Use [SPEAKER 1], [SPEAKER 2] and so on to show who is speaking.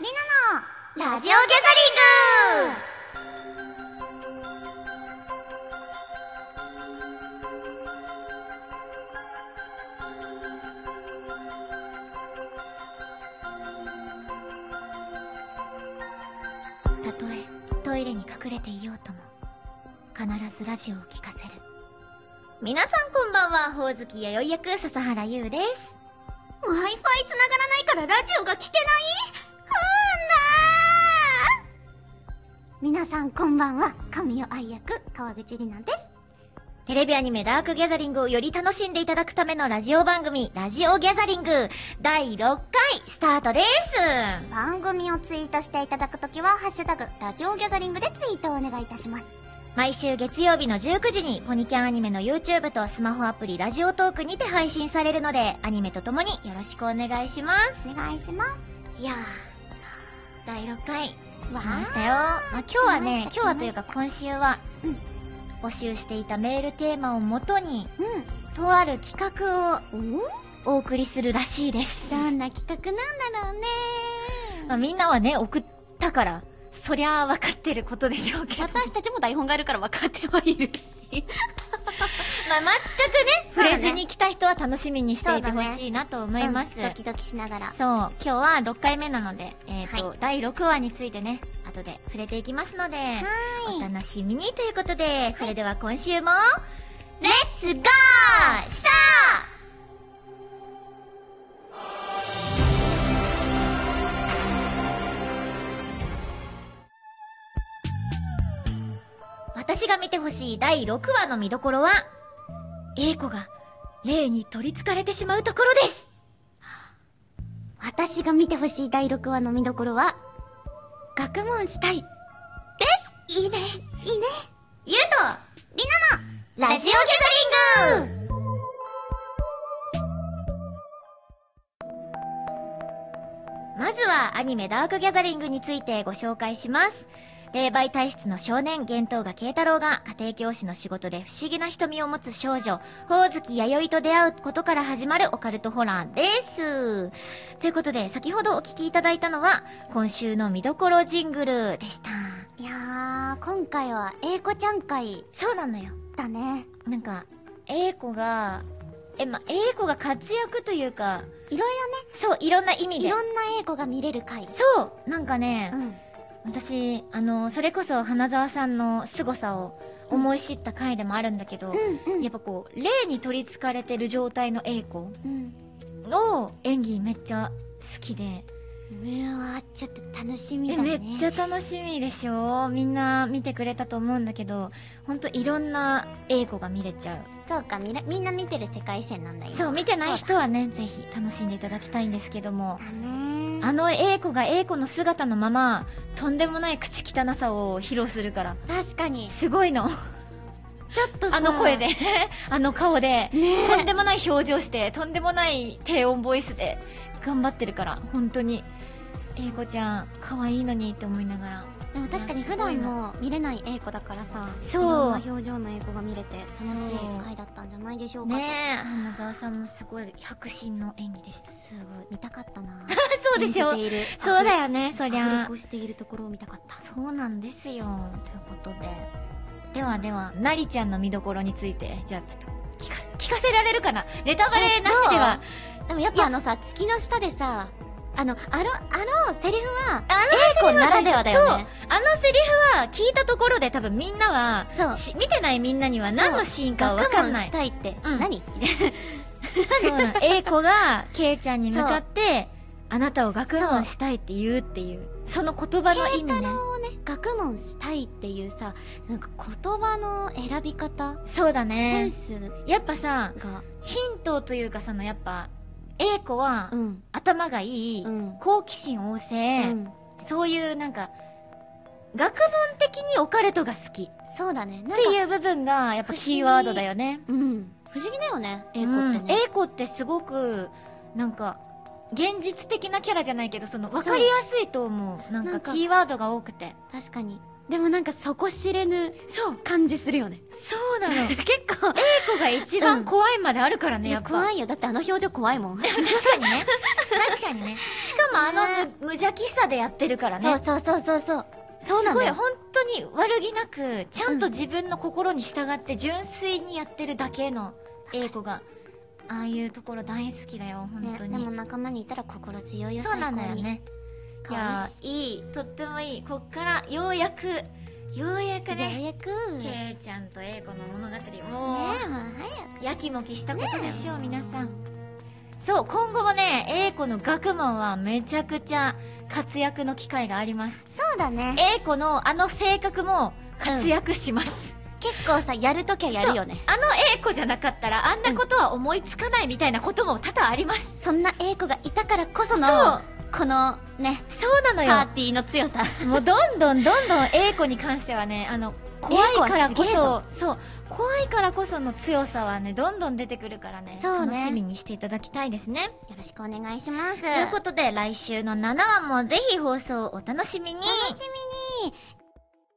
[SPEAKER 1] りなのラジオギャザリングたとえトイレに隠れていようとも必ずラジオを聞かせる皆さんこんばんはほおずき弥生役笹原優です w i f i 繋がらないからラジオが聞けないふんだ皆さんこんばんは神代愛役川口里奈ですテレビアニメダークギャザリングをより楽しんでいただくためのラジオ番組、ラジオギャザリング、第6回、スタートです
[SPEAKER 2] 番組をツイートしていただくときは、ハッシュタグ、ラジオギャザリングでツイートをお願いいたします。
[SPEAKER 1] 毎週月曜日の19時にポニキャンアニメの YouTube とスマホアプリラジオトークにて配信されるのでアニメとともによろしくお願いします
[SPEAKER 2] お願いします。
[SPEAKER 1] いやー第6回
[SPEAKER 2] わ
[SPEAKER 1] 来ましたよ、まあ、今日はね
[SPEAKER 2] 来
[SPEAKER 1] 今日
[SPEAKER 2] ました
[SPEAKER 1] はというか今週は
[SPEAKER 2] うん
[SPEAKER 1] 募集していたメールテーマをもとに
[SPEAKER 2] う
[SPEAKER 1] とある企画を
[SPEAKER 2] ん。お
[SPEAKER 1] お送りするらしいです、
[SPEAKER 2] どんな企画なんだろうね。
[SPEAKER 1] まあ、みんなはね送ったからそりゃあ分かってることでしょうけど、まあ、
[SPEAKER 2] 私たちも台本があるから分かってはいる。
[SPEAKER 1] 全くね触れずに来た人は楽しみにしていて
[SPEAKER 2] そう
[SPEAKER 1] ほ
[SPEAKER 2] だね
[SPEAKER 1] しいなと思います、
[SPEAKER 2] うんドキドキしながら。
[SPEAKER 1] そう、今日は6回目なので、えっ、と、第6話についてね、後で触れていきますので、お
[SPEAKER 2] は
[SPEAKER 1] 楽しみにということで、それでは今週も、レッツゴースター私が見てほしい第6話の見どころは、A 子が、霊に取り憑かれてしまうところです
[SPEAKER 2] い。私が見てほしい第6話の見どころは、学問したい。です。いいね。いいね。
[SPEAKER 1] ゆうと
[SPEAKER 2] りなの
[SPEAKER 1] ラジオギャザリングまずはアニメダークギャザリングについてご紹介します。霊媒体質の少年、幻冬が慶太郎が家庭教師の仕事で不思議な瞳を持つ少女、ほおずき弥生と出会うことから始まるオカルトホラーです。ということで、先ほどお聞きいただいたのは、今週の見どころジングルでした。
[SPEAKER 2] いやー、今回は、英子ちゃん会
[SPEAKER 1] そうなのよ。
[SPEAKER 2] だね。
[SPEAKER 1] なんか、英子が、え、ま、英子が活躍というか、
[SPEAKER 2] いろいろね。
[SPEAKER 1] そう、いろんな意味
[SPEAKER 2] い
[SPEAKER 1] で
[SPEAKER 2] ろ。んな英語が見れる回。
[SPEAKER 1] そうなんかね、
[SPEAKER 2] ん。
[SPEAKER 1] 私、あの、それこそ花澤さんの凄さを思い知った回でもあるんだけど、
[SPEAKER 2] うんうん。
[SPEAKER 1] やっぱこう、霊に取り憑かれてる状態の英子
[SPEAKER 2] うん。
[SPEAKER 1] の演技めっちゃ好きで、
[SPEAKER 2] うわー、ちょっと楽しみ
[SPEAKER 1] え
[SPEAKER 2] だ
[SPEAKER 1] め
[SPEAKER 2] ね。
[SPEAKER 1] っちゃ楽しみでしょみんな見てくれたと思うんだけど、ほんといろんな英子が見れちゃう。
[SPEAKER 2] そうか、みらみんな見てる世界線なんだよ。
[SPEAKER 1] そう、見てない人はね、ぜひ楽しんでいただきたいんですけども
[SPEAKER 2] だ、ね
[SPEAKER 1] あの英子が英子の姿のまま、とんでもない口汚さを披露するから、
[SPEAKER 2] 確かに。
[SPEAKER 1] すごいの。
[SPEAKER 2] ちょっとさ
[SPEAKER 1] あの声で。、 あの顔で、
[SPEAKER 2] ね
[SPEAKER 1] とんでもない表情して、とんでもない低音ボイスで頑張ってるから、本当に。英子ちゃん、可愛いのにって思いながら。
[SPEAKER 2] でも確かに普段も見れない英語だからさ。
[SPEAKER 1] そう
[SPEAKER 2] いろんな表情の英語が見れて楽しい
[SPEAKER 1] そう
[SPEAKER 2] 回だったんじゃないでしょうかと。
[SPEAKER 1] ねえ、花沢さんもすごい迫真の演技です。
[SPEAKER 2] すごい、見たかった な
[SPEAKER 1] そうですよ
[SPEAKER 2] 演。じている
[SPEAKER 1] そうだよね、そ
[SPEAKER 2] アフ
[SPEAKER 1] り
[SPEAKER 2] レアフレ
[SPEAKER 1] ゃ
[SPEAKER 2] コ。しているところを見たかった。
[SPEAKER 1] そうなんですよ。ということで。ではでは、なりちゃんの見どころについて、じゃあちょっと聞か、聞かせられるかなネタバレなしでは。
[SPEAKER 2] でもやっぱあのさ、月の下でさ、あの、あの、あのセリフは、
[SPEAKER 1] あの
[SPEAKER 2] 英語ならではだよね。
[SPEAKER 1] あのセリフは聞いたところで多分みんなは、
[SPEAKER 2] そう
[SPEAKER 1] し見てないみんなには
[SPEAKER 2] そう
[SPEAKER 1] 何のシーンかわ
[SPEAKER 2] 学
[SPEAKER 1] かん
[SPEAKER 2] 問
[SPEAKER 1] ない
[SPEAKER 2] し。たいって、
[SPEAKER 1] うん
[SPEAKER 2] 何
[SPEAKER 1] そうなの。A 子が、ケイちゃんに向かって、あなたを学問したいって言うっていう、その言葉の意味ね。
[SPEAKER 2] 学問したいっていうさなんか言葉の選び方、
[SPEAKER 1] そうだ
[SPEAKER 2] セン
[SPEAKER 1] ね。
[SPEAKER 2] ス
[SPEAKER 1] やっぱさ、
[SPEAKER 2] が
[SPEAKER 1] ヒントというかそのやっぱ、A 子は、
[SPEAKER 2] うん
[SPEAKER 1] 頭がいい、
[SPEAKER 2] うん
[SPEAKER 1] 好奇心旺盛、
[SPEAKER 2] うん
[SPEAKER 1] そういうなんか、学問的にオカルトが好きっ
[SPEAKER 2] そうだねなんか
[SPEAKER 1] ていう部分がやっぱキーワードだよね。
[SPEAKER 2] うん不思議だよね英語ってね、
[SPEAKER 1] うん、英子ってすごくなんか現実的なキャラじゃないけどその分かりやすいと思うなん
[SPEAKER 2] なん
[SPEAKER 1] か
[SPEAKER 2] か
[SPEAKER 1] キーワードが多くて
[SPEAKER 2] 確かにでもなんか底知れぬそう感じするよね
[SPEAKER 1] そうな の。
[SPEAKER 2] 結構
[SPEAKER 1] 子が一番怖いまであるからね、
[SPEAKER 2] い
[SPEAKER 1] や
[SPEAKER 2] や
[SPEAKER 1] っぱ。
[SPEAKER 2] 怖いよだってあの表情怖いもん
[SPEAKER 1] 確かにね。確 かにね。しかもあの無無邪気さでやってるからね。
[SPEAKER 2] そうそうそうそうそうそうなの
[SPEAKER 1] すごい、本当に悪気なく、ちゃんと自分の心に従って純粋にやってるだけの英子が、ああいうところ大好きだよ、本
[SPEAKER 2] ね、
[SPEAKER 1] 当
[SPEAKER 2] で
[SPEAKER 1] に。
[SPEAKER 2] も仲間にいたら心強いよ
[SPEAKER 1] そうなんだよ
[SPEAKER 2] 最高に
[SPEAKER 1] ね。い
[SPEAKER 2] 可
[SPEAKER 1] や、いい、とってもいい。こっから、ようやく、ようやく
[SPEAKER 2] 愛いしよう
[SPEAKER 1] ね、
[SPEAKER 2] やく
[SPEAKER 1] け
[SPEAKER 2] ね
[SPEAKER 1] いちゃんと英子の物語、
[SPEAKER 2] えもう
[SPEAKER 1] もう、
[SPEAKER 2] 早く
[SPEAKER 1] やきもきしたことでしょう、皆さん。そう、今後もね、英子の学問はめちゃくちゃ活躍の機会があります。
[SPEAKER 2] そうだね
[SPEAKER 1] 英子のあの性格も活躍します。
[SPEAKER 2] 結構さやるときはやるよね
[SPEAKER 1] あの英子じゃなかったら、あんなことは思いつかないみたいなことも多々あります。
[SPEAKER 2] そんな A 子がいたからこそ
[SPEAKER 1] そ
[SPEAKER 2] の
[SPEAKER 1] う
[SPEAKER 2] このね
[SPEAKER 1] そうなの
[SPEAKER 2] パ
[SPEAKER 1] よ。
[SPEAKER 2] ーティーの強さ
[SPEAKER 1] もうどんどんどんどん英子に関してはね、あの、怖いからこ
[SPEAKER 2] 英子は
[SPEAKER 1] そ、そう、怖いからこその強さはね、どんどん出てくるからね、
[SPEAKER 2] そうね
[SPEAKER 1] 楽しみにしていただきたいですね。
[SPEAKER 2] よろしくお願いします
[SPEAKER 1] ということで、来週の7話もぜひ放送をお楽しみに。
[SPEAKER 2] 楽しみに